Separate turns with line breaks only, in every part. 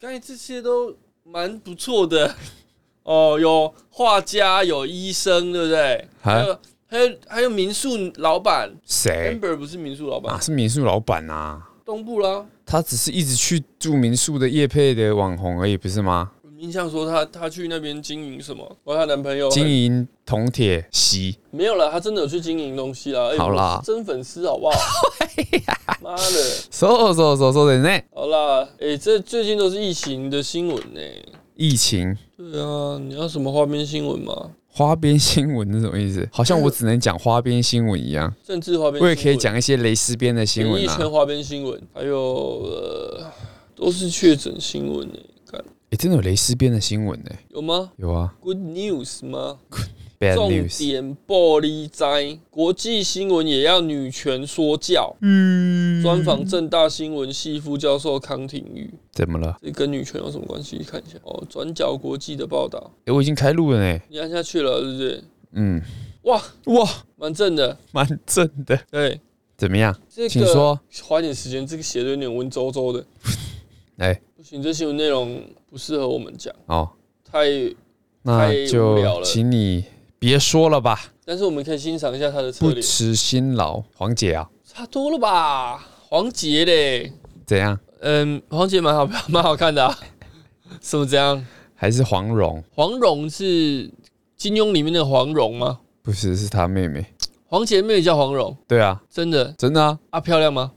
刚才这些都蛮不错的 哦，有画家，有医生，对不
啊
对？还有还有还有民宿老板
谁
，Amber 不是民宿老
哎啊？
板，
是民宿老板啊，
东部啦。
他只是一直去住民宿的叶配的网红而已，不是吗？
我印象说她她去那边经营什么，我她男朋友
经营铜铁席，
没有啦，她真的有去经营东西啦。哎
好啦
我是真粉丝好不 好？妈的，
说说说说的呢？
好啦，哎、这最近都是疫情的新闻呢、
疫情
对啊，你要什么花边新闻吗？
花边新闻是什么 意思？好像我只能讲花边新闻一样，
政治花边新闻，
我也可以讲一些蕾丝边的新
演
闻
艺
啊。
圈花边新闻，还有呃，都是确诊新闻呢、看
诶，真的有蕾丝边的新闻呢、
有吗
有啊
？Good news 吗？
，bad
重
news。
点暴力灾，国际新闻也要女权说教。
嗯，
专访正大新闻系副教授康廷玉，
怎么了？
这跟女权有什么关系？看一下哦，转角国际的报道，
诶，我已经开录了呢、
你按下去了，对不对？
嗯，
哇，
哇，
蛮正的，
蛮正的。
对，
怎么样？
这个
请说。
花一点时间，这个写的有点文绉绉的，
哎，
不行，这新闻内容不适合我们讲，
哦，
太，
那
太无聊
就
了
请你别说了吧，
但是我们可以欣赏一下他的策
不
略，
辞辛劳，黄姐啊，
差多了吧？黄杰嘞，
怎样？
嗯，黄杰蛮好， 蛮好看的、啊，什么这样？
还是黄蓉？
黄蓉是金庸里面的黄蓉吗？
不是，是她妹妹。
黄杰妹叫黄蓉，
对啊，
真的
真的啊，
啊，漂亮吗？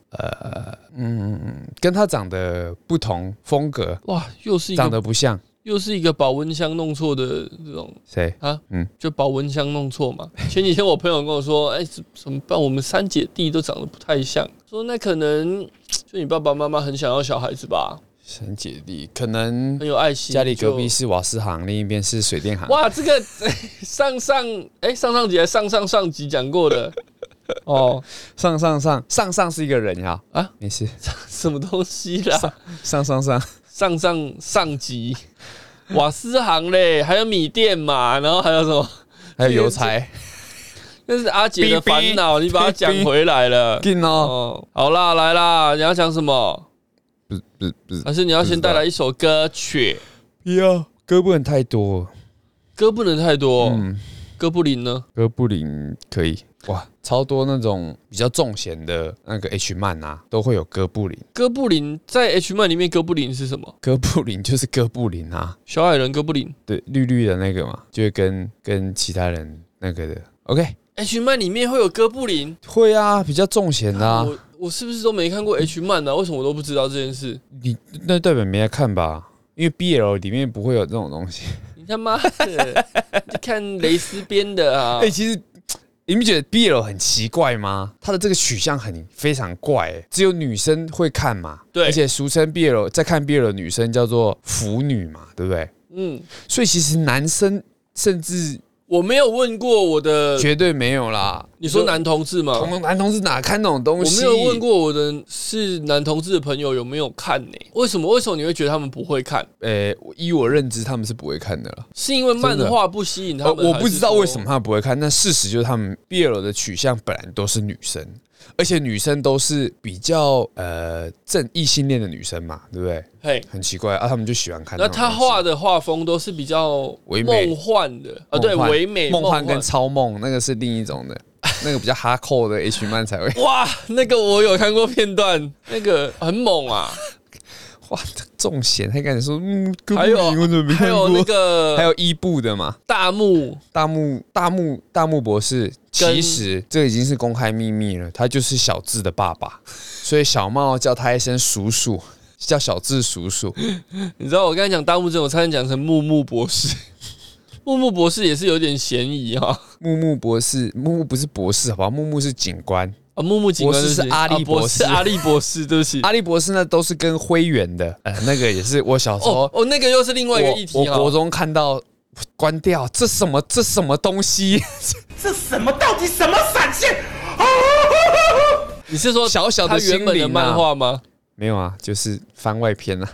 嗯嗯嗯，跟她长得不同，风格
哇，又是一
长
个
得不像
又是一个保温箱弄错的这种，
谁？
就保温箱弄错嘛。 前几天我朋友跟我说，哎、怎怎么办？我们三姐弟都长得不太像，说那可能就你爸爸妈妈很想要小孩子吧，
沈姐弟，可能
很有爱心。
家里隔壁
就是
瓦斯行，另一边是水电行。
哇，这个上上哎、上上集还上上上集讲过 的哦，
上上上上上是一个人呀、啊，
啊
没事，
什么东西啦？
上上上，
上上上集，瓦斯行嘞，还有米店嘛，然后还有什么？
还有邮差，
那是阿杰的烦恼，你把它讲回来了。
劲哦，
哦，好啦，来啦，你要讲什么？
不是不是不是，
还是你要先带来一首歌曲？
不要哥不能太多，
歌不能太多，
嗯，
歌不灵呢？
哥布林可以，哇，超多那种比较重弦的那个 H 曼啊，都会有哥布林，
歌不灵在 H man 里面，歌不灵是什么？
哥布林就是哥布林啊，
小矮人歌不灵。
对，绿绿的那个嘛，就会跟跟其他人那个的，OK，
H man 里面会有歌不灵
会啊，比较重弦的、啊，嗯
我我是不是都没看过 H man 呢、为什么我都不知道这件事？
你那代表没来看吧？因为 BL 里面不会有这 种东西。
你他妈 的，你看蕾丝边的啊
哎、！其实你们觉得 BL 很奇怪吗？它的这个取向很非常怪、欸只有女生会看嘛。
对
而且俗称 BL 在看 BL 的女生叫做腐女嘛，对不对？
嗯，
所以其实男生甚至
我没有问过我的，
绝对没有啦。
呃你说男同志吗？
同男同志哪看那种东
我
西？
没有问。过我的是男同志的朋友有没有看呢、为什么？为什么你会觉得他们不会看？
呃、我依我认知，他们是不会看的啦。
是因为漫画不吸引他
呃，
们？
我不知道
还是
为什么他们不会看，但事实就是他们 BL 的取向本来都是女生，而且女生都是比较呃正异性恋的女生嘛，对不对？
说。嘿，
很奇怪啊，他们就喜欢看
那
种东西。
他画的画风都是比较
唯美
梦幻的啊，
梦幻
对，唯美
梦幻跟超梦那个是另一种的，那个比较哈扣的 H 漫才会。
哇，那个我有看过片段，那个很猛 啊，
哇，这重险还敢说嗯，哥布
还
林
有
我怎么没
还
看
有
过？
那个
还有伊布的嘛，
大木
大木大木大木博士，
跟
其实这已经是公开秘密了，他就是小智的爸爸，所以小茂叫他一声叔叔，叫小智叔叔。
你知道我刚才讲大木这，我差点讲成木木博士。 木木博士也是有点嫌疑哈、
木木博士，木木不是博士，好吧，木木是警官，
啊，木木警官
博士是
对不起
阿笠
啊博
博士啊
阿笠博士，对不起。
阿笠博士那都是跟灰原的，呃，那个也是我小时候，
哦哦，那个又是另外一个议题啊
我
哈
我。国中看到关掉，这什么这什么东西？
这什么？到底什么闪现？啊！
你是说
小小的
哦他原本
心
的
灵啊
漫画吗？
没有啊，就是番外篇 啊。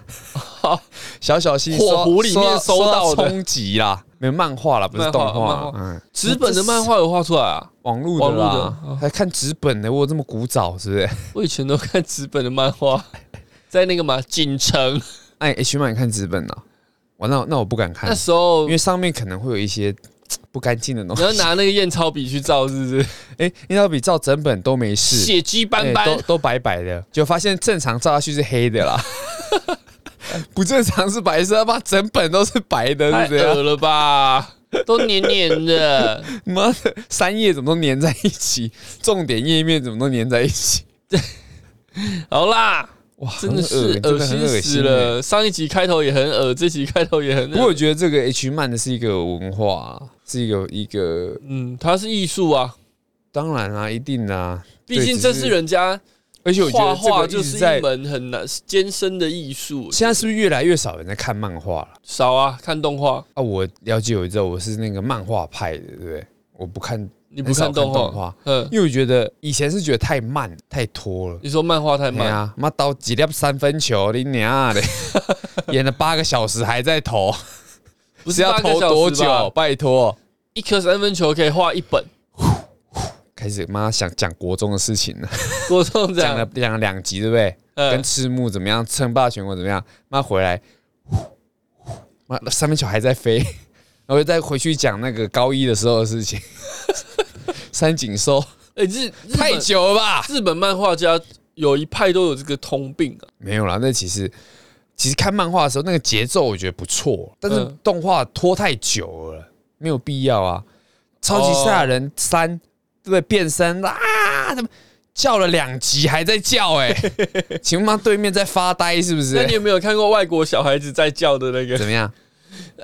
小小心
火
说
狐里面
说
收到的
冲击啦，没有漫画啦，不是
漫
动
画
画
漫，
嗯。
纸本的漫画有画出来啊？
网络的
网
啦，
络的哦
还看纸本的，我有这么古早是不是？
我以前都看纸本的漫画，在那个嘛锦城
哎，H 漫看资本啊，我那那我不敢看
那，时候
哎因为上面可能会有一些不干净的东
你
西
要。拿那个验钞笔去照，是不是？
哎，那道笔照整本都没事，
血迹斑
哎
斑，
都都白白的，就发现正常照下去是黑 的啦，不正常是白色，他妈整本都是白的，
太
是不是？
恶了吧？都黏黏的，
妈的，三页怎么都粘在一起，重点页面怎么都粘在一 起？
好啦，
哇，
真的是
很恶
恶
真的很
心
恶
死
欸
了。上一集开头也很恶，这集开头也很
不过我
恶。
觉得这个 H 漫的是一个文化，啊是一个一个，
嗯，它是艺术啊，
当然啊，一定啊，
毕竟
对
这
只
是人家
而且我觉
画
得这
画
个
就
一
是
直
一
在，
门很难艰深的艺术。
现在是不是越来越少人在看漫画了？
少啊，看动画，
啊，我了解我知道我是那个漫画派的，对不对？我不看，
你不
很少
看
看
动
动
画
画，
嗯，
因为我觉得以前是觉得太慢太拖了。
你说漫画太
哎
慢，
呀，妈刀几粒三分球，你娘的， 演了八个小时还在投，
不
是要
八个
投
小时
多
吧
久？？拜托，
一颗三分球可以画一本，
开始妈想讲国中的事情了，
我这样
讲了讲了两集，对不对？跟
啊嗯，
赤木怎么样，称霸全国怎么样？妈回来，妈三分球还在飞， 然后再回去讲那个高一的时候的事情。 三井寿
哎，日日
太
本
久了吧？
日本漫画家有一派都有这个通病啊，
没有啦，那其实其实看漫画的时候那个节奏我觉得不错，但是
嗯
动画拖太久了，没有必要啊。超级赛亚人三、对不对？变身啊，他们叫了两集还在叫 哎、请问妈对面在发呆是不
那你
是？
有没有看过外国小孩子在叫的那个
怎么样？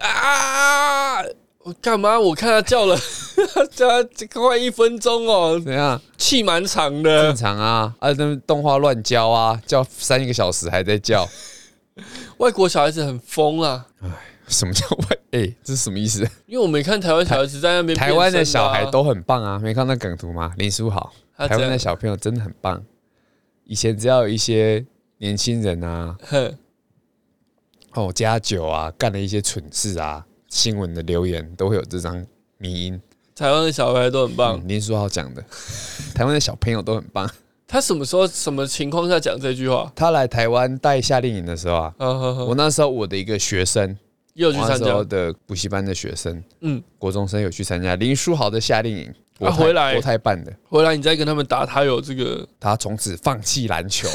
啊？我干嘛？我看他叫了， 叫他快一分钟哦，
怎样？
气蛮长
正
的。
常啊，啊，那动画乱教啊，教三个小时还在教，
外国小孩子很疯啊，
什么叫外？哎、这是什么意思？
因为我们看台湾小孩子在那边变
台
身啊、
湾的小孩都很棒啊，没看到梗图吗？林书豪，
他这
台湾
样
的小朋友真的很棒。以前只要有一些年轻人啊，
哼
哦加酒啊，干了一些蠢事啊，新闻的留言都会有这张迷音。
台湾的小孩都很棒。
嗯，林书豪讲的，台湾的小朋友都很棒。
他什么时候、什么情况下讲这句话？
他来台湾带夏令营的时候啊，
啊哈
我
哈，
那时候我的一个学生，
又去
我那
参
时候
加，
的补习班的学生，
嗯，
国中生有去参加林书豪的夏令营，
啊
国泰
回来
国泰办的，
回来你再跟他们打，他有这个
他从此放弃篮球，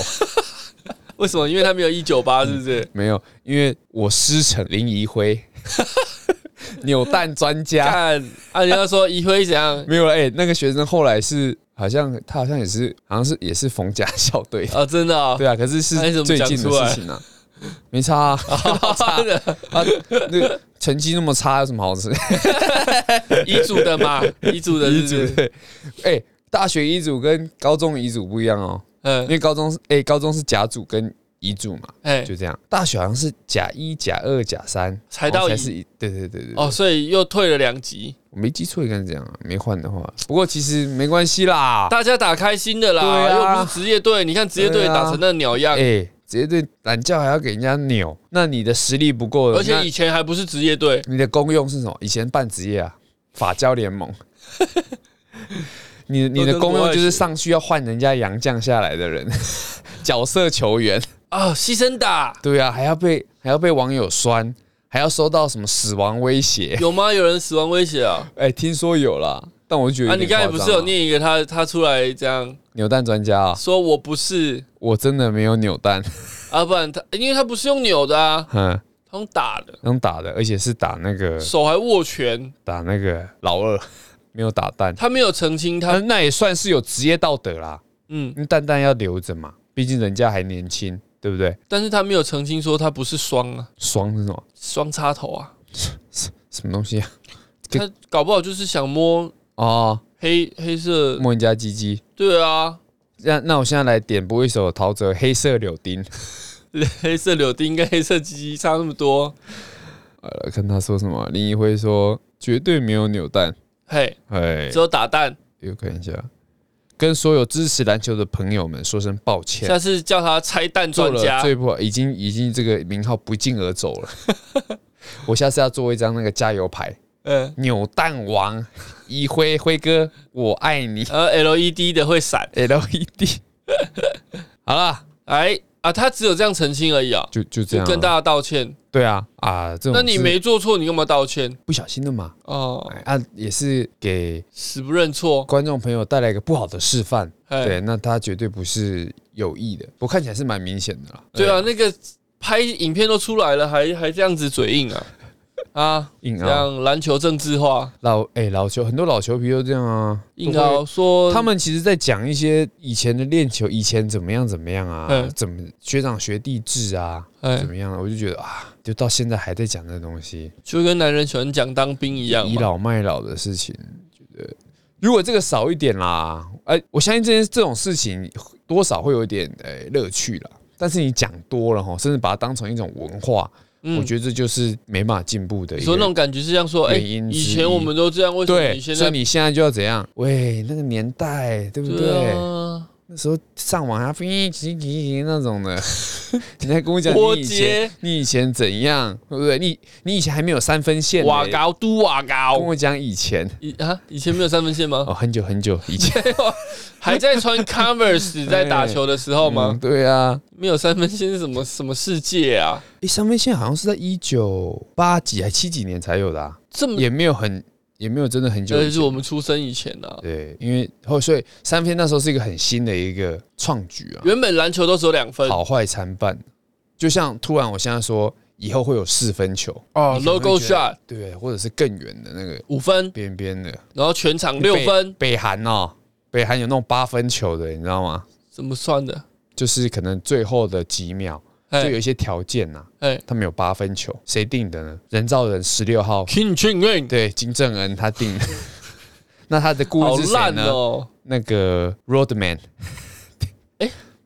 为什么？因为他没有一九
嗯
八，是不是？
没有，因为我师承林怡辉， 扭蛋专家，
看啊，人家说一辉怎样
没有哎、那个学生后来是好像他好像也是好像是也是冯家校队 的，
啊？真的啊，
对啊，可是是
那你怎么
最
讲
近
出来
的事情啊，没 差啊，
啊，
啊那个成绩那么差有什么好吃？
遗嘱的嘛，遗嘱的遗嘱，
对，哎、大学遗嘱跟高中遗嘱不一样哦。因
嗯，
为高中是哎、高中是甲组跟乙组嘛，
哎
就，这样。大学好像是甲一、甲二、甲三，
才到
哦才
乙
是乙，对对对对。
哦，
哦，
所以又退了两级，
我没记错应该是这样啊，没换的话。不过其实没关系啦，
大家打开心的啦，
对啊
又不是职业队，你看职业队
对啊
打成那鸟样
哎、，直接对懒觉还要给人家扭，那你的实力不够了，
而且
那
以前还不是职业队，
你的功用是什么？以前办职业啊，法教联盟。 你你
都
的
跟国
功用
外
就是
学
上去要换人家洋将下来 的人，角色球员。
啊，牺牲打
对啊，还要被还要被网友酸，还要收到什么死亡威胁。
有吗？有人死亡威胁啊？
哎、听说有啦，但我觉得
啊，
有
你
点
刚才
夸张啊、
不是有念一个他，他出来这样
扭蛋专家啊？
说，我不是
我真的没有扭蛋，
啊，不然他，因为他不是用扭的啊，
嗯，
他用打的，
用打的，而且是打那个
手还握拳，
打那个老二，没有打蛋，
他没有澄清
那
他，
那也算是有职业道德啦。
嗯，
你蛋蛋要留着嘛，毕竟人家还年轻，对不对？
但是他没有澄清说他不是双啊，
双是什么
双插头啊，
什么东西啊？
他搞不好就是想摸
哦，
黑黑色，
摸人家鸡鸡。
对啊，
那那我现在来点播一首陶喆《黑色柳丁》，
黑色柳丁跟黑色鸡鸡差那么多，
呃，看他说什么。林一辉说绝对没有扭蛋，
嘿，
哎
只，有打蛋，
又看一下，跟所有支持篮球的朋友们说声抱歉。
下次叫他拆弹
做
专
了
家，
最不好，已经已经这个名号不胫而走 了。我下次要做一张那个加油牌，
嗯，
扭蛋王一辉辉哥，我爱你
E
E
然后 LED 的会闪，
，LED。好了，
哎，啊，他只有这样澄清而已啊，
就就这
就
样啊，
跟大家道歉。
对啊啊，这种
那你
是
没做错，你干嘛道歉？
不小心的嘛？
哦，
哎啊，也是给
死不认错。
观众朋友带来一个不好的示范。
哎
对，那他绝对不是有意的，我看起来是蛮明显的啦。
对啊，那个拍影片都出来了，还还这样子嘴硬啊 啊！
硬
这
凹
样篮球政治化，
老哎、老球很多老球皮都这样啊，
硬
都会
要说
他们其实，在讲一些以前的练球，以前怎么样怎么样啊
嗯，
怎么学长学弟制啊，
哎
怎，么样啊？我就觉得啊，就到现在还在讲这东西，
就跟男人喜欢讲当兵一样
倚
嘛。
老卖老的事情，觉得如果这个少一点啦，哎、我相信这件这种事情多少会有一点哎乐、趣啦。但是你讲多了哈，甚至把它当成一种文化，
嗯
我觉得这就是没办法进步的一
你
个。
说那种感觉是这样说，哎，
原因之一
以前我们都这样，为什么
对，
你现
所
在
以你现在就要怎样？喂，那个年代，对不对？
对啊？
那时候上网啊，哔叽叽那种的， 你在跟我讲
波
你以前
接
你以前怎样，对不对？你你以前还没有三分线呢，
瓦高都瓦
跟
高，
我讲以前
以啊，以前没有三分线 吗？
哦，很久很久以前
还在穿 Converse 在打球的时候
嗯
吗？
对啊，
没有三分线是什么什么世界啊？
诶，三分线好像是在一九八几还七几年才有的、啊，
这么
也没有很也没有真的很久以
就
前，
是我们出生以前啊，
对，因为后所以三分线那时候是一个很新的一个创举啊，
原本篮球都只有两分
好坏参半，就像突然我现在说以后会有四分球，
哦
你可能
，logo
会觉得
shot
对，或者是更远的那个
五分，
边边的。
然后全场六分，
北北韩哦，北韩有那种八分球的，你知道吗？
怎么算的？
就是可能最后的几秒就有
哎
一些条件呐、
哎
他们有八分球，谁定的呢？人造人十六号，
，King Ching Win，
对，金正恩他定的。 那他的故
好
事是谁
烂
呢？
哦！
那个 Roadman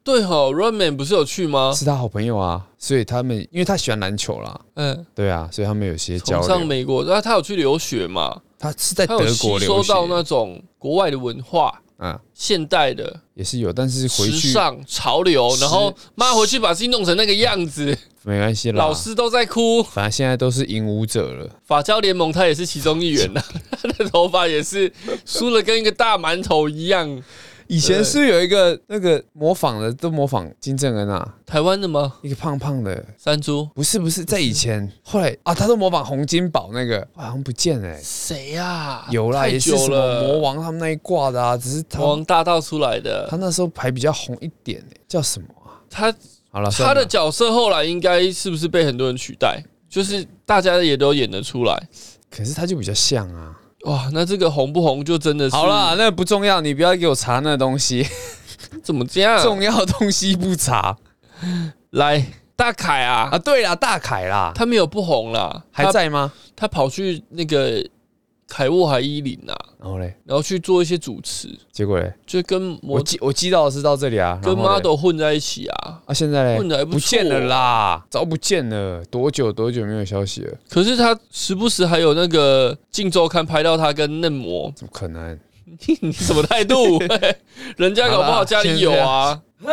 对吼，Runman 不是有去吗？
是他好朋友啊，所以他们因为他喜欢篮球啦，
嗯，
对啊，所以他们有些交
崇尚
流。
美国，那他有去留学嘛？
他是在
他有
德
吸
国留
收
学，
到那种国外的文化，
嗯，
现代的
也是有，但是
时
回去
尚潮流，
时
然后妈回去把自己弄成那个样子，
没关系啦。
老，师都在哭。
反正现在都是影舞者了。
法教联盟他也是其中一 员呐、啊他的头发也是梳的跟一个大馒头一样。
以前是有一个那个模仿的，都模仿金正恩啊，
台湾的吗？
一个胖胖的，
山猪
不是不是，在以前后来啊，他都模仿洪金宝那个，好像不见了欸、
谁呀、啊？
有啦，
太
也是
久
什么
了。
魔王他们那一挂的啊，只是他
魔王大道出来
他
的，
那时候还比较红一点、欸，叫什么啊？
他
好
他
了，算
的
了，
角色后来应该是不是被很多人取代？就是大家也都演得出来。
可是他就比较像啊。
哇，那这个红不红就真的是
好啦，，那不重要，你不要给我查那 东西，
怎么这样？
重要东西不查
来，大凯啊，
啊。对啦，大凯啦，
他没有不红啦，
还
他
在吗？
他跑去那个凯沃海伊林啊，
然后嘞，
然后去做一些主持，
结果嘞，
就跟
我
模
记我记到的是到这里啊，
跟
然后嘞
model 混在一起啊。
啊，现在嘞
混得还不
不见
错
了啦，早不见了，多久多久没有消息了？
可是他时不时还有那个《镜周刊》拍到他跟嫩 模，
怎么可能？
你什么态度？ 人家搞不
好
好
啦
家里有啊。
嘿，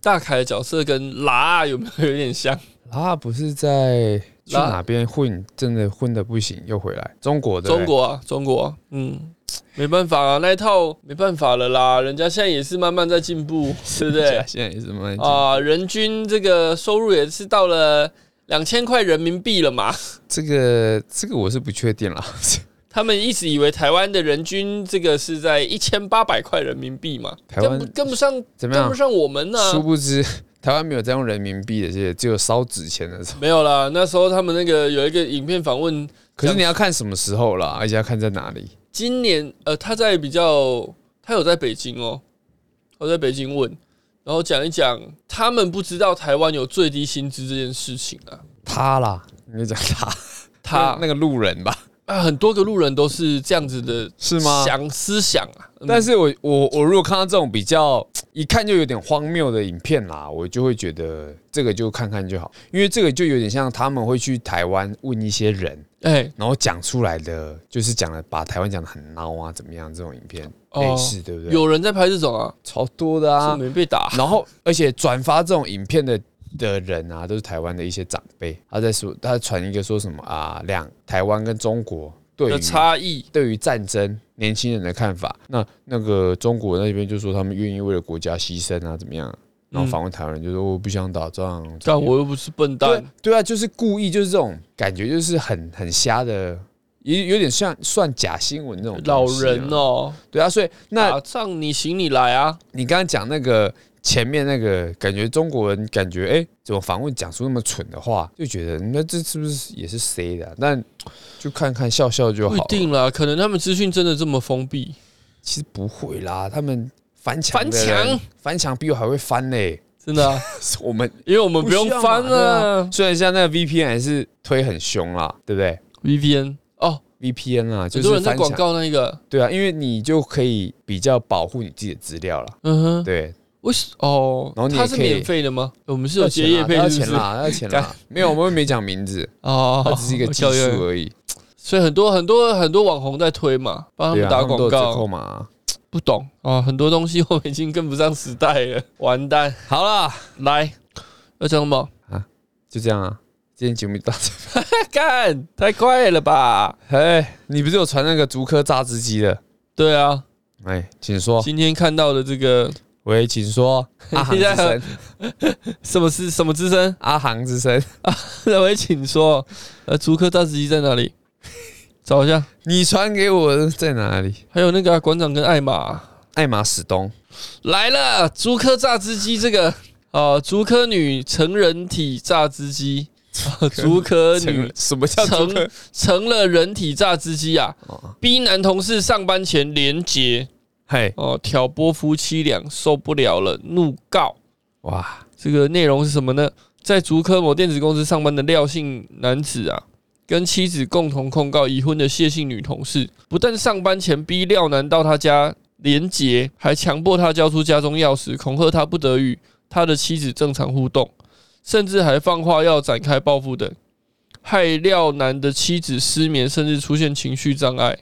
大凯的角色跟拉啊有没有有点像？
他不是在去
啦
哪边混，真的混的不行，又回来中国的嘞
中国啊，中国、啊，嗯，没办法啊，那一套没办法了啦，人家现在也是慢慢在进步，对不 对？
现在也是蛮啊，
啊，人均这个收入也是到了两千块人民币了嘛。
这个这个我是不确定啦。
他们一直以为台湾的人均这个是在一千八百块人民币嘛，
台
跟
湾
不跟不上，
怎么
跟
样
不？上我们啊呢、
殊不知台湾没有在用人民币的，这些只有烧纸钱的时候。
没有啦，那时候他们那个有一个影片访问，
可是你要看什么时候啦，而且要看在哪里。
今年呃，他在比较，他有在北京哦，我在北京问，然后讲一讲他们不知道台湾有最低薪资这件事情啊。
他啦，你就讲他，
他
那个路人吧，
啊，很多个路人都是这样子的，
是吗
想思想啊，嗯
但是我我我如果看到这种比较一看就有点荒谬的影片啦，我就会觉得这个就看看就好，因为这个就有点像他们会去台湾问一些人，
哎，
然后讲出来的就是讲的把台湾讲的很孬啊，怎么样这种影片
哦
类似对不对？
有人在拍这种啊，
超多的
是
啊，
没被打，
然后而且转发这种影片的的人啊，都是台湾的一些长辈，他在说他传一个说什么啊，两台湾跟中国对
的
于
差异，
对于战争年轻人的看法。那那个中国那边就说他们愿意为了国家牺牲啊，怎么样？然后访问台湾人就说我不想打仗，怎
但
么样
我又不是笨嗯
对
蛋，
对啊，就是故意就是这种感觉，就是很很瞎的，也有点像算假新闻那种
老
东西啊
人，哦，
对啊，所以那
打仗你行你来啊，
你刚刚讲那个前面那个，感觉中国人感觉哎、诶怎么访问讲出那么蠢的话，就觉得那这是不是也是 C 的啊、但就看看笑笑就
不
好
一
了。
定啦，可能他们资讯真的这么封闭，
其实不会啦，他们翻墙
翻
的
墙
人，翻墙比我还会翻嘞、
真的啊，
是 我们
因为我们不用
需要嘛
翻啊
对虽然像那个 VPN 还是推很凶啦，对不对
，VPN 哦，
？VPN 啊，就
很多
是
人在
翻
广
墙，
告那个，
对啊，因为你就可以比较保护你自己的资料啦。
嗯哼，
对，
为什哦
然后，你也
它是
可以
免费的吗？我们是有
要
结
钱
业
啦，
配
要
是不
钱
是？
啦，要 钱啦，没有，我们又没讲名字，
哦，
它只是一个技
教育
术而已。
所以很多很多很多网红在推嘛，帮哦他
对
们
啊
打
们都
广
有折
告
扣，嘛。
不懂啊，很多东西 我们已经跟不上时代了，完蛋！
好了，
来，要讲什么？
就这样啊。今天节目到这。
哎干，太快了吧？
哎，你不是有传那个竹科榨汁机的？
对啊，
哎，请说。
今天看到的这个
喂，请说。阿航之声，
什么是什么之声？
阿航之声，
两位请说。呃，竹科大司机在哪里？ 找一下。
你传给我的在哪里？
还有那个啊、馆长跟艾玛
艾玛史东。
来了，竹科榨汁机这个啊，竹科女成人体榨汁机，啊竹科
成
女
了什么叫竹
成
科？
成了人体榨汁机啊
哦
逼男同事上班前连结
嘿，
哦，挑拨夫妻俩受不了了，怒告。
哇，
这个内容是什么呢？在竹科某电子公司上班的廖姓男子啊，跟妻子共同控告已婚的谢姓女同事，不但上班前逼廖男到他家连结，还强迫他交出家中钥匙，恐吓他不得与他的妻子正常互动，甚至还放话要展开报复等，害廖男的妻子失眠，甚至出现情绪障碍，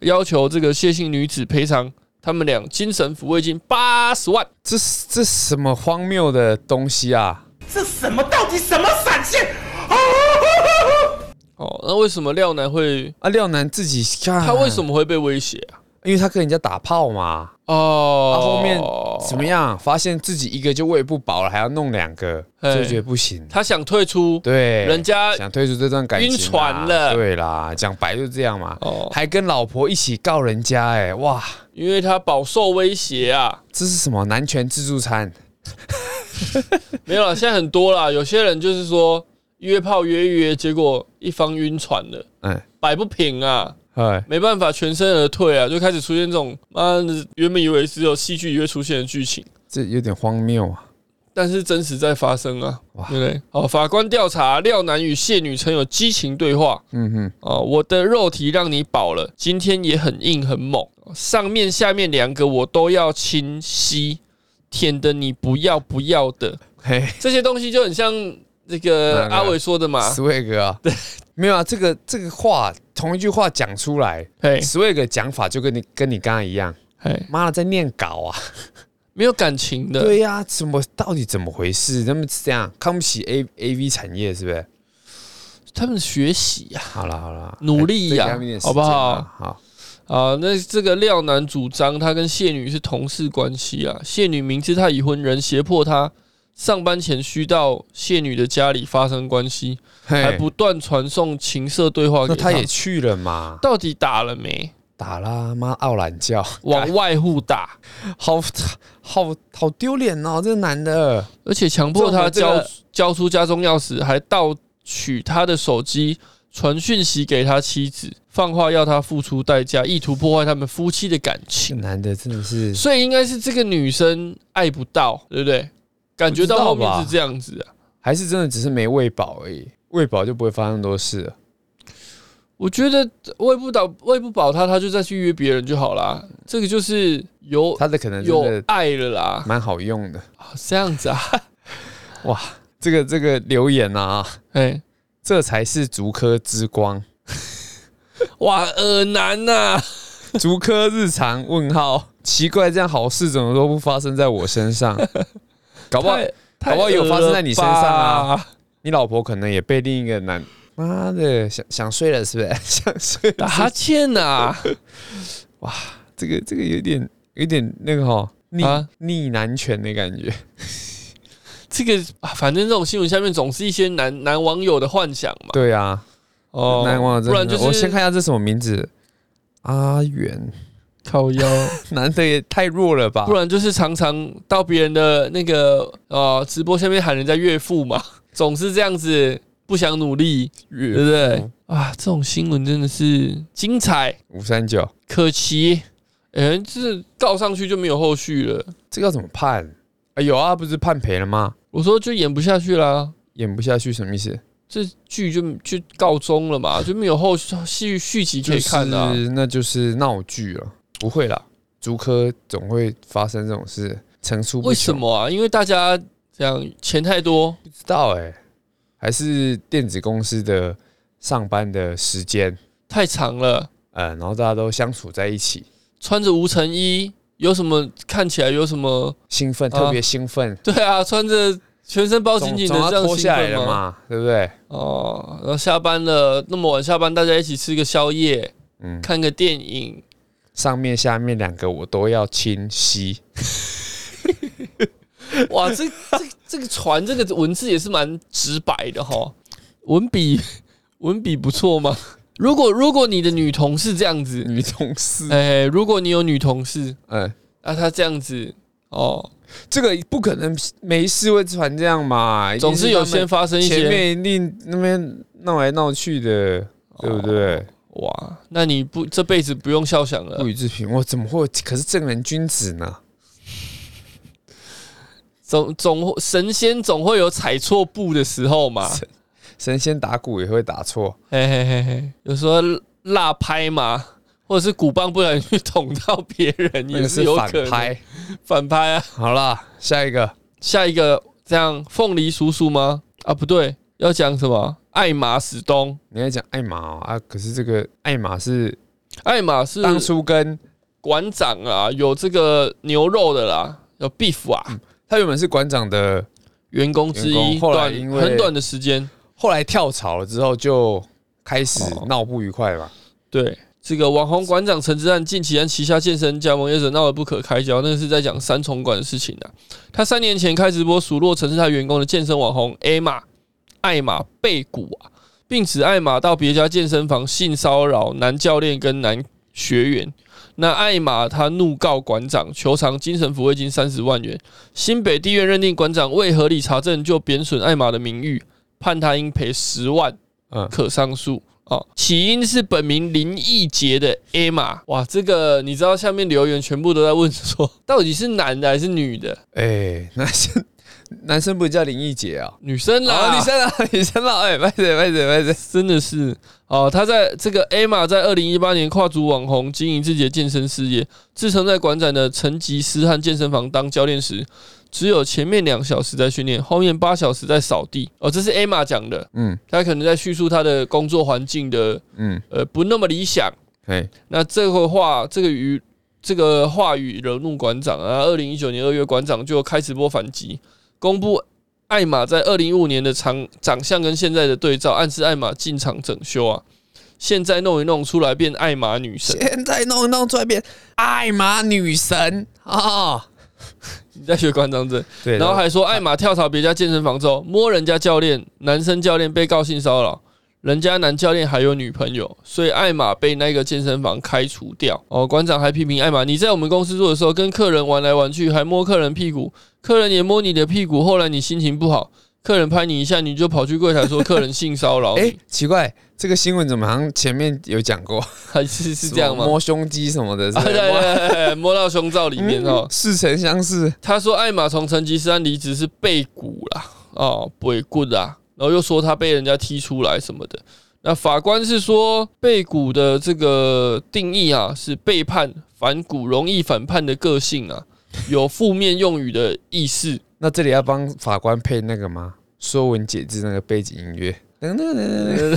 要求这个谢姓女子赔偿他们俩精神抚慰金八十万。
这这什么荒谬的东西啊？
这什么到底什么闪现？啊！
哦，那为什么廖男会
啊，廖楠自己看
他为什？么会被威胁啊？
因为他跟人家打炮嘛。
哦，
他啊后面怎么样？发现自己一个就喂不饱了，还要弄两个，
嘿
就觉得不行。
他想退出，
对，
人家
想退出这段感情、啊，
晕船了
对啦，讲白就这样嘛。
哦
还跟老婆一起告人家、哎，哇，
因为他饱受威胁 啊。
这是什么男权自助餐？
没有啦，现在很多啦，有些人就是说约炮约一约，结果一方晕船了，
哎
摆不平啊，
哎，
没办法，全身而退啊，就开始出现这种妈的，原本以为只有戏剧也会出现的剧情。
这有点荒谬啊！
但是真实在发生啊
哇，
对不对？好，法官调查廖男与谢女曾有激情对话，
嗯哼，
哦，我的肉体让你饱了，今天也很硬很猛，上面下面两个我都要清晰，舔的你不要不要的，
嘿
这些东西就很像那个
哪个
阿伟说的嘛，
，swag 啊，对，没有啊，这个这个话同一句话讲出来
嘿，
，swag 讲法就跟你跟你刚刚一样，
嘿，
妈的在念稿啊！
没有感情的，
对呀、怎么到底怎么回事？他们这样看不起 A A V 产业是不是？
他们学习啊呀、
好了好了，
努力呀
再给他们一点时
好不
间
好
啊？好，
啊，那这个廖男主张他跟谢女是同事关系啊，谢女明知他已婚，仍胁迫他上班前需到谢女的家里发生关系，还
还
不断传送情色对话给
那
他
他也去了嘛？
到底打了没？
打啦，妈傲懒觉，
往外互打，
好好好丢脸哦！这个男的，
而且强迫他
这种
交
这个
交出家中钥匙，还盗取他的手机，传讯息给他妻子，放话要他付出代价，意图破坏他们夫妻的感
这
情。
个男的真的是
所以应该是这个女生爱不到，对不对？感觉到后面是这样子啊，
还是真的只是没喂饱而已，喂饱就不会发生那么多事了。
我觉得喂不倒喂不饱他，他就再去约别人就好啦。这个就是有
他的可能真
有
的
爱了 啦，
蛮好用的。
啊这样子啊，
这个这个留言啊，
哎，
这才是竹科 之光，
哇，耳男呐、
竹科日常问号，奇怪，这样好事怎么都不发生在我身 上？搞不好
太
搞不好有发生在你身上啊！
太恶了吧
你老婆可能也被另一个男，妈的想想睡了是不 是？想睡
打
了，
啊哈欠啊呐、
这个这个有点有点那个哈逆
啊
逆男权的感觉，
这个、啊、反正这种新闻下面总是一些男男网友的幻想嘛。
对啊，
哦
男网友真
不然
的，
就是
我先看一下这什么名字，阿元，
靠 腰，
男的也太弱了吧
不？然就是常常到别人的那个呃直播下面喊人家岳父嘛， 总是这样子不想努力，对不
岳
对？啊，这种新闻真的是精彩
五三九，
可期。哎、这告上去就没有后续了。
这个要怎么判？啊，有啊，不是判赔了吗？
我说就演不下去啦，
演不下去什么意思？
这剧就就告终了嘛，就没有后续续集可以看啊了、
就是那就是闹剧了。不会啦，竹科总会发生这种事，层出不穷。
为什么啊？因为大家这样钱太多，
不知道哎、还是电子公司的上班的时间，
太长了，
呃，然后大家都相处在一起，
穿着无尘衣，有什么看起来有什么？
兴奋，
啊
特别兴奋，
对啊，穿着全身包
总
紧紧的
总要
这样
脱
兴
下来
奋
了
吗？
嘛，对不对？
哦，然后下班了，那么晚下班，大家一起吃个宵夜，
嗯，
看个电影，
上面下面两个我都要清晰，
哇，这这这个船这个文字也是蛮直白的哈，文 笔文笔不错嘛。如果如果你的女同事这样子，
女同事，
哎、如果你有女同事，
嗯、
啊，她这样子，哦，
这个不可能没事会传这样嘛，
总是有
一定他
先
们
发生一
前
些，
面一定那边闹来闹去的，
啊
对不对？
哇，那你不这辈子不用笑啊想了
不，予置评，我怎么会？可是正人君子呢？
总总神仙总会有踩错步的时候 嘛，
神仙打鼓也会打错，
嘿嘿嘿嘿，有时候落拍嘛，或者是鼓棒不小心去捅到别人，
那
也
个
是
是
有
反
可能
拍。
反拍啊。
好啦，下一个
下一个这样凤梨叔叔吗？啊，不对，要讲什么？爱马仕东，
你要讲艾玛、哦、啊，可是这个艾玛是
爱马仕
当初跟
馆长啊，有这个牛肉的啦，有 beef 啊，
他原本是馆长的，
员工之
嗯员
一，
工后来
短
因为
很短的时间，
后来跳槽了之后就开始
哦
闹不愉快嘛。
对。这个网红馆长陈之汉近期和旗下健身加盟业者闹得不可开交，那是在讲三重馆的事情啊。他三年前开直播数落曾是他员工的健身网红 A 玛、艾玛贝古啊，并指艾玛到别家健身房性骚扰男教练跟男学员。那艾玛他怒告馆长，求偿精神抚慰金三十万元。新北地院认定馆长未合理查证就贬损艾玛的名誉，判他应赔十万。
嗯，
可上诉哦。起因是本名林奕杰的 A 玛，哇，这个你知道下面留言全部都在问说， 到底是男的还是女的？
哎、男生男生不是叫林奕杰啊？
女生啦，
啊，女生啊，女生啊，哎、拜拜拜拜拜
真的是哦，他在这个 A 玛在二零一八年跨足网红，经营自己的健身事业。自称在馆长的成吉思汗健身房当教练时，只有前面两小时在训练，后面八小时在扫地。哦，这是 A 玛讲的，
嗯
他可能在叙述他的工作环境的
嗯，
呃不那么理想。
哎、
那这个话，这个语，这个话语惹怒馆长啊。二零一九年二月，馆长就开直播反击，公布艾玛在二零一五年的长长相跟现在的对照，暗示艾玛进场整修啊。现在弄一弄出来变艾玛女神，
现在弄一弄出来变艾玛女神啊、
你在学馆长这，
对
然后还说艾玛跳槽别家健身房之后摸人家教练，男生教练被告性骚扰，人家男教练还有女朋友，所以艾玛被那个健身房开除掉。哦，馆长还批评艾玛，你在我们公司做的时候跟客人玩来玩去，还摸客人屁股，客人也摸你的屁股，后来你心情不好。客人拍你一下，你就跑去柜台说客人性骚扰你，
哎、奇怪，这个新闻怎么好像前面有讲过？
还是 是这样吗
什么？摸胸肌什么的，
啊，
是
对
吧
对对对，对摸到胸罩里面哦。
似曾相识。
他说艾玛从成吉思汗离职是啊背骨啦，哦，背骨啦，然后又说他被人家踢出来什么的。那法官是说，被捕的这个定义啊，是背叛、反骨、容易反叛的个性啊，有负面用语的意思。
那这里要帮法官配那个吗？《说文解字》那个背景音乐， 噔噔噔噔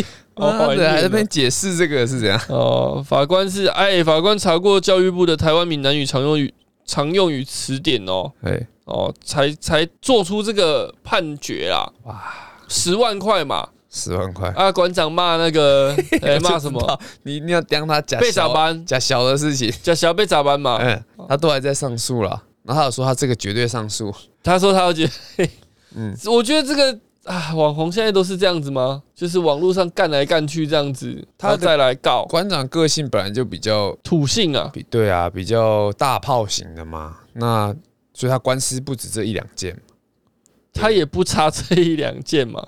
噔，
好怀
妈
念
的，
哦
还在那边解释这个是怎样？
哦，法官是哎，法官查过教育部的台湾闽南语常用语常用语词典哦，
哎，
哦，才才做出这个判决啦。
哇
哇，十万块嘛！
十万块，
啊，馆长骂那个，哎，骂什么？？
你一定要当他假
被咋办
假小的事情，
叫小被咋办嘛？
嗯，他都还在上诉了。然后他有说他这个绝对上诉，
他说他要觉得，嗯
嗯，
我觉得这个啊，网红现在都是这样子吗？就是网络上干来干去这样子，
他的
他再来告
馆长个性本来就比较
土性啊，
比对啊，比较大炮型的嘛。那所以他官司不止这一两件。
他也不差这一两件 嘛。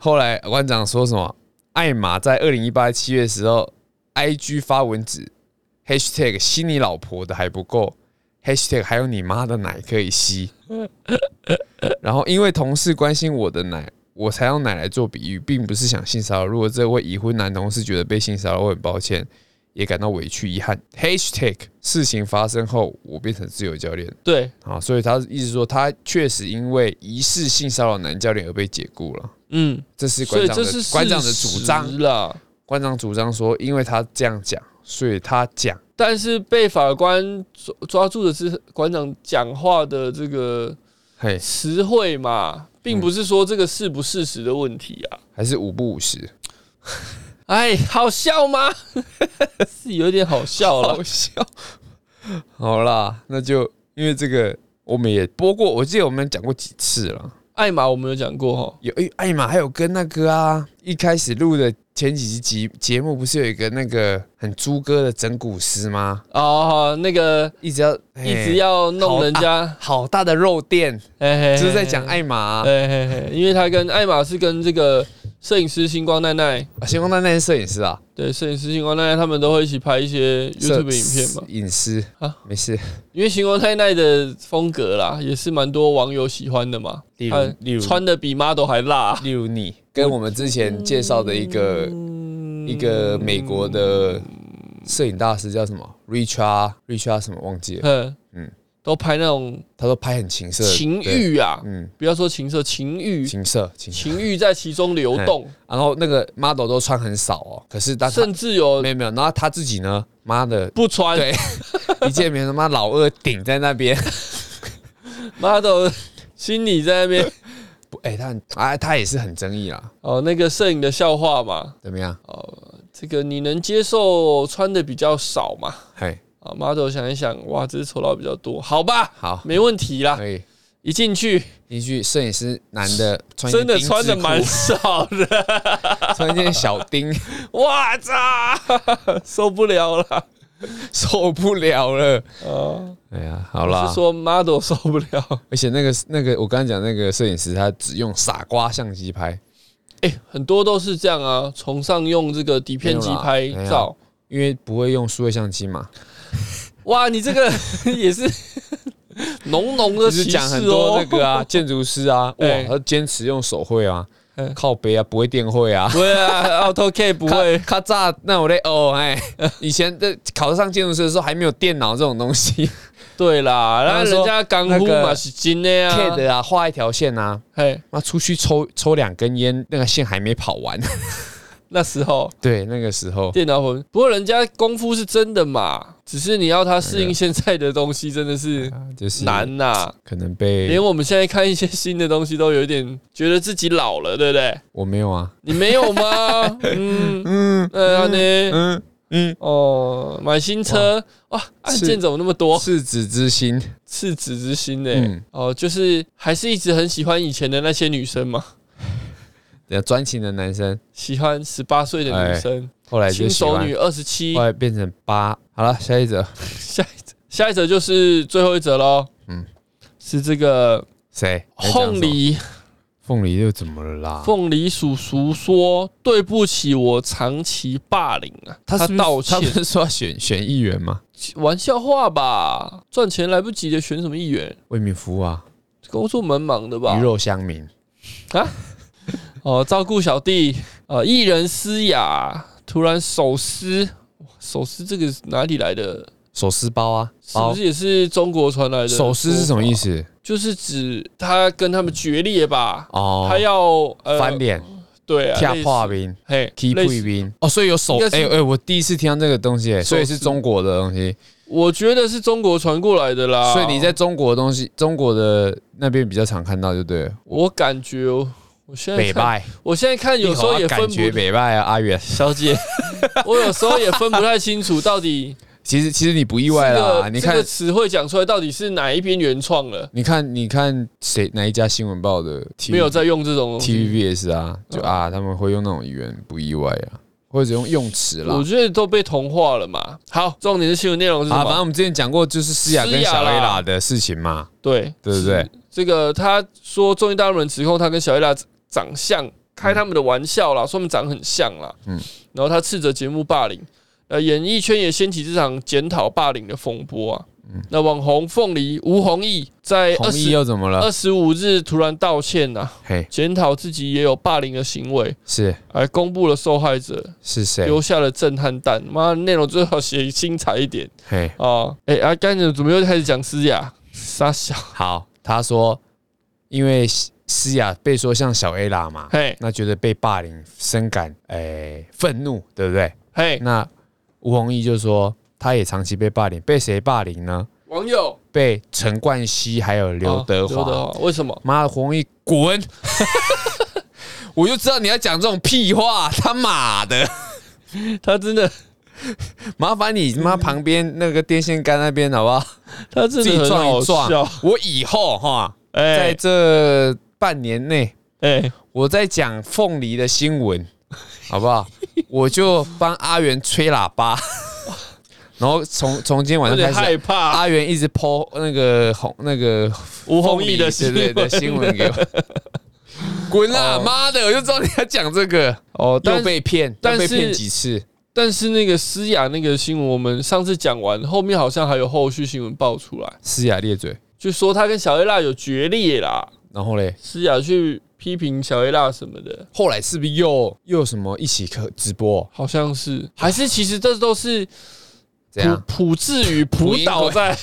后来馆长说什么？艾玛在二零一八七月的时候，IG 发文指 #hashtag 吸你老婆的还不够，#hashtag 还有你妈的奶可以吸。然后因为同事关心我的奶，我才用奶来做比喻，并不是想性骚扰。如果这位已婚男同事觉得被性骚扰，我很抱歉，也感到委屈遗憾。#hashtag 事情发生后，我变成自由教练。
对，
啊，所以他意思说，他确实因为疑似性骚扰男教练而被解雇了。
嗯，
这是
所
馆
以
长
这
的
是
馆长的
事
主
实
张。
啦。
馆长主张说，因为他这样讲，所以他讲
但是被法官抓抓住的是馆长讲话的这个
嘿
词汇嘛，并不是说这个是不事实的问题啊。
还是五不五十，
哎，好笑吗？ 是有点好笑了
好。笑。 好啦，那就因为这个，我们也播过，我记得我们讲过几次了。
艾玛我们有讲过哈，
有哎艾玛还有跟那个啊，一开始录的前几集节节目，不是有一个那个很猪哥的整蛊师吗？
哦，那个
一直要
一直要弄人家，
好大的肉垫，
就
哎就是在讲艾玛、啊。
哎嘿嘿，因为他跟艾玛是跟这个摄影师星光奈奈，
星光蛋那些摄影师啊，
对，摄影师星光奈奈他们都会一起拍一些 YouTube 影片嘛，
影师
啊
啊，没事。
因为星光奈奈的风格啦，也是蛮多网友喜欢的嘛，
例如
她
例如
穿的比 model 还辣，
例如你跟我们之前介绍的一个
嗯
一个美国的摄影大师叫什么？Richard Richard 什么忘记了？
嗯嗯
嗯，
都拍那种
他说拍很情色，
情
对，
欲啊，
嗯，
不要说情色，情欲
情色情色。
情欲在其中流 动，
然后那个 model 都穿很少哦，可是他他
甚至有
没有没有，然后他自己呢，妈的
不穿
对一见面他妈老二顶在那边，
model 心里在那边
不哎他很啊他也是很争议啦，
哦，那个摄影的笑话嘛，
怎么样？
哦这个你能接受穿的比较少嘛？
嘿，
啊，model 想一想，哇，这次酬劳比较多，好吧，
好
没问题啦。
可以。
一进去
进去，摄影师男的穿一
真
件
的
丁字
穿的
裤
蛮少的，
穿一件小丁，
哇操，受不了了。
受不了了。
哦，
哎呀，好
我
啦
是，说 model 受不了，
而且那个那个我刚才讲那个摄影师，他只用傻瓜相机拍，
哎、很多都是这样啊，崇尚用这个底片机拍
没有啦
照。
因为不会用数位相机嘛，
哇，你这个 也是浓浓的
就
歧
是
视哦。
讲很多那个 啊，建筑师啊，哇
哎，
他坚持用手绘啊
嗯，
靠背啊，不会电绘啊。
对啊，AutoCAD 不会。
咔嚓，那我嘞哦哎， 以前的考上建筑师的时候还没有电脑这种 东西
对啦，然
然后
后
说
人家港
那
呼
个
嘛是真的呀、啊。
，CAD 啊，画一条线啊，
嘿，
妈出去抽抽两根烟，那个线还没跑完。
那时候
对，那个时候
电脑魂，不过人家功夫是真的嘛，只是你要他适应现在的东西，真的是
啊 就是
难呐、
可能被
连我们现在看一些新的东西，都有一点觉得自己老了，对不对？
我没有啊，
你没有 吗？嗯嗯，呃，你
嗯嗯，
哦，买新车哇，按键怎么那么多？
赤子之心，
赤子之心呢、
嗯
哦，就是还是一直很喜欢以前的那些女生嘛，
呃，专情的男生，
喜欢十八岁的女
哎
生，
后来就
新
喜
手
欢
女，二十七
后，来变成八。好了，下一则
下一则，下一则就是最后一则喽。嗯
嗯，
是这个
谁？你在讲
凤
什么，
梨
凤梨又怎么了啦？
凤梨叔叔说：“对不起，我长期霸凌啊。”他
是不是
道
他不
歉，
是说要选选议员吗？
玩笑话吧？赚钱来不及的，选什么议员？
为民服务啊，
工作蛮忙的吧
鱼？肉乡民，
啊，哦，照顾小弟，呃，艺人思雅突然手撕，哇手撕这个是哪里来的？
手撕包啊，
是
包
不是也是中国传来的？
手撕是什么意？思？
就是指他跟他们决裂吧，
哦，
他要呃
翻脸、
对啊，
跳
类似
破冰、
嘿，
踢
类
贵
似
兵。哦，所以有手
应该是
哎哎，我第一次听到这个东西，哎
撕
所以是中国的东西，
我觉得是中国传过来的啦。
所以你在中国的东西，中国的那边比较常看到，就对了。
我感觉哦，我现在
北
看，
拜，
我现在看 有时候也
你好像啊
分
感觉
不，
北拜啊，阿远。
小 姐，我有时候也分不太清楚到底
其实其实你不意
这
外啦，
个
你
这
看
个词汇讲出来到底是哪一边原创了，
你看你看谁哪一家新闻报的 TV,
没有在嗯用这种东西。
TVBS 啊，就啊他们会用那种语言，不意外啊，或者用用词啦
我。觉得都被同化了嘛。好，重点的新闻内容是什
啊，反
么？
正我们之前讲过，就是思雅跟小
思雅
A
啦
啦的事情嘛，
对
对不对？
这个他说综艺大陆人指控他跟小伊拉长相开他们的玩笑啦，说他们长很像啦。嗯
嗯，
然后他斥责节目霸凌，呃，演艺圈也掀起这场检讨霸凌的风波啊。那网红凤梨吴弘毅在哎二
嗯红衣
十
又啊怎么了
二？十五日突然道歉呐、啊，
嘿，
检讨自己也有霸凌的行为，
是
还公布了受害者，
是谁？
留下了震撼弹。妈，内容最好写精彩一点
嘿，
啊！哎、啊，刚才怎么又开始讲思雅？傻小，
好，他说，因为思思雅被说像小 A 啦嘛，
嘿
那觉得被霸凌，深感诶愤、怒，对不对？
嘿，
那吴弘毅就说，他也长期被霸凌，被谁霸凌呢？
网友。
被陈冠希还有刘德
哦刘
华。
德华为什么？
妈的，弘毅滚！ 我就知道你要讲这种屁话，他妈的！
他真的，
麻烦你妈旁边那个电线杆那边好不好？
他真
自
的
己
很
撞
好
一撞
笑。。
我以后哈，在
哎
这半年内，
哎，
我在讲凤梨的新闻，好不好？我就帮阿元吹喇叭，然后从从今天晚
有点
上开
害
始，
怕。
阿元一直抛那个红那个
吴弘毅的
凤
新
梨对对对
闻
新闻给我。滚啦！
哦
妈的，我就知道你要讲这个，
哦，
又
但
被骗，
但
又被
是
骗几次？
但是那个思雅那个新闻，我们上次讲完，后面好像还有后续新闻爆出来，
呲牙咧嘴，
就说他跟小 A 辣有决裂啦。
然后嘞，
思雅去批评小 A 辣什么的，
后来是不是又又有什么一起可直播？
好像是，还是其实这都是
这
普
样？
普至于普导在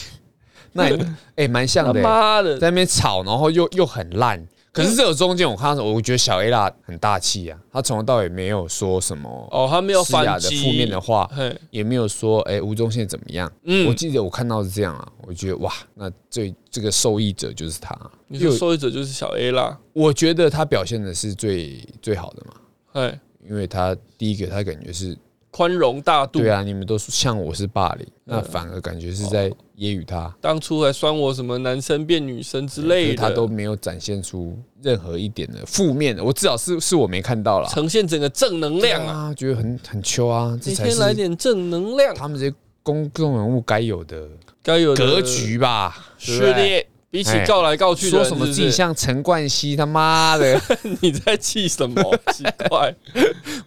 那也哎，蛮像
他
的、
妈的，
在那边吵，然后又又很烂。可是这种中间，我看到，我觉得小 A 啦很大气啊，他从头到尾没有说什么
哦，他没有
思雅
反
的
击
负面的话，
嘿，
也没有说哎吴宗宪怎么样。我
嗯，
记得我看到是这样啊，我觉得哇，那最这个受益者就是他。
你说
因为
受益者就是小 A 啦，
我觉得他表现的是最最好的嘛，
嘿，
因为他第一个他感觉是
宽容大度
对，啊，你们都说像我是霸凌，
嗯
那反而感觉是在揶揄他，
当初还酸我什么男生变女生哦之
可
类
是
的，
他都没有展现出任何一点的负面的。我至少是是我没看到啦。
呈现整个正能量啊！
啊，觉得很很秋啊，这
每
才
天来
是
点正能量，
他们这些公众人物该有的
该有的
格局吧？对不
序
对
列。比起告来告去的
说
人，
什么自
是不是
己像陈冠希，他妈的，
你在气什么？奇怪，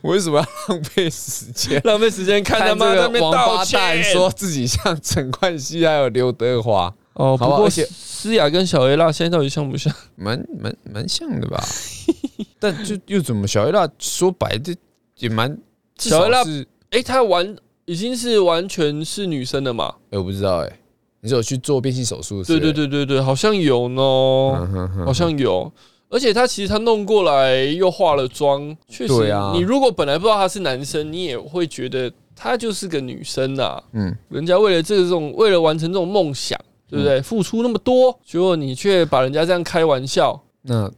我为什么要浪费时间？
浪费时间 看他
看
妈
这
在那
个
边
王
道
八
歉。
蛋说自己像陈冠希，还有刘德华，
哦，不
好不好
过
而且
思雅跟小 A 辣现在到底像不像？
蛮蛮蛮像的吧？ 但就又怎么？小 A 辣说白的也蛮，至
小 A 辣
少是
哎，她完已经是完全是女生了嘛？
哎，我不知道哎，你是有去做变性手术？
对对，对对对，好像有呢，
嗯哼哼
好像有。而且她其实她弄过来又化了妆，确实
对啊，
你如果本来不知道她是男生，你也会觉得她就是个女生呐、
嗯，
人家为了这种，为了完成这种梦想，对不对？付出那么多，结果你却把人家这样开玩笑。
那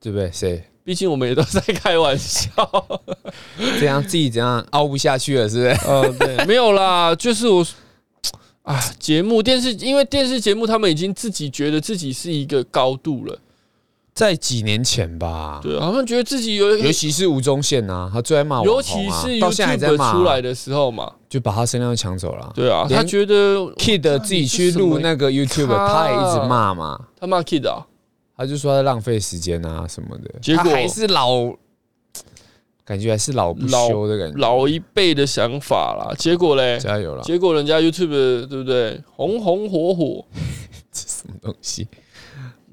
对不对？谁？
毕竟我们也都在开玩笑，
这样自己怎样凹不下去了，是 不是？
呃，对，没有啦，就是我，啊，节目电视，因为电视节目他们已经自己觉得自己是一个高度了，
在几年前吧，
对，啊好像觉得自己有，
尤其是吴宗宪啊，他最爱骂网红
尤
啊
其是
到现在还在
YouTube
骂啊，
出来的时候嘛，
就把他声量抢走了。
对啊，
连
他觉得
Kid 自己去录那个 YouTube，他也一直骂嘛，
他骂 Kid 啊，
他就说他浪费时间啊什么的，
结果
他还是老，感觉还是老不休的感觉。
老一辈的想法啦，结果嘞，
加油啦！
结果人家 YouTube 对不对，红红火火，
什么东西？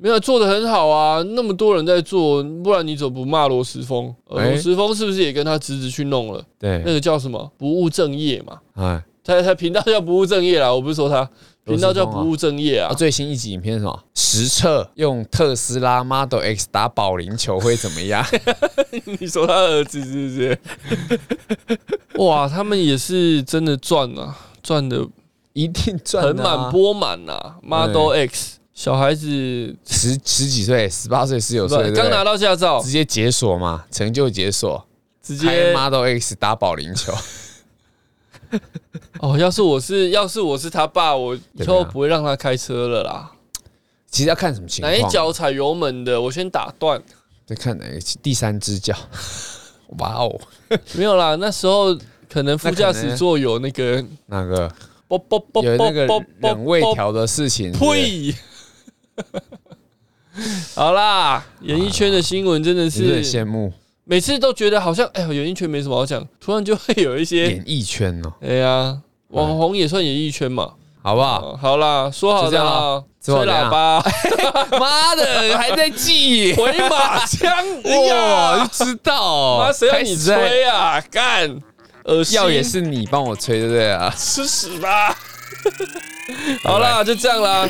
没有做的很好啊，那么多人在做，不然你怎么不骂罗时丰？呃
哎
罗时丰是不是也跟他侄子去弄了？那
对，
个叫什么不务正业嘛？
哎，
他他频道叫不务正业啦，我不是说他
罗
频
时丰
道
啊
叫不务正业啊
啊，。最新一集影片是什么？实测用特斯拉 Model X 打保龄球会怎 么样？
你说他儿子是不是？ 哇，他们也是真的赚啊，赚的
一定赚、啊，
盆满钵满呐。Model X 小孩子
十十几岁、十八岁、十九岁，
刚拿
到
到驾照
直，接解锁嘛，成就解锁，
直
开
接
Model X 打保龄球，
哦，要是我是要是我是他爸，我以后
对啊
不会让他开车了啦。
其实要看什么情
哪一
况，啊
脚踩油门的，我先打断。
再看哪一第三只脚。 哇哦，
没有啦，那时候可能副驾驶座有那个
那个
啵啵啵
有那
啵
个
啵啵
冷胃
啵
条的事情，对不对
呸！好啦，演艺圈的新闻真的
是不是很
是
羡慕
每次都觉得好像哎呦，演艺圈没什么好讲，突然就会有一些
演艺圈哦，
哎呀，网红也算演艺圈嘛。
好不好？
哦好啦，说好
就这
的
样
啊，
之
吹
后怎
喇
样
叭，
妈的，还在记
回马枪，
哇，
哇！
就知道哦
妈，谁要你
开始在
吹啊？干，恶心！
药也是 你帮我吹，对不对啊？
吃屎吧！好啦，就这样啦，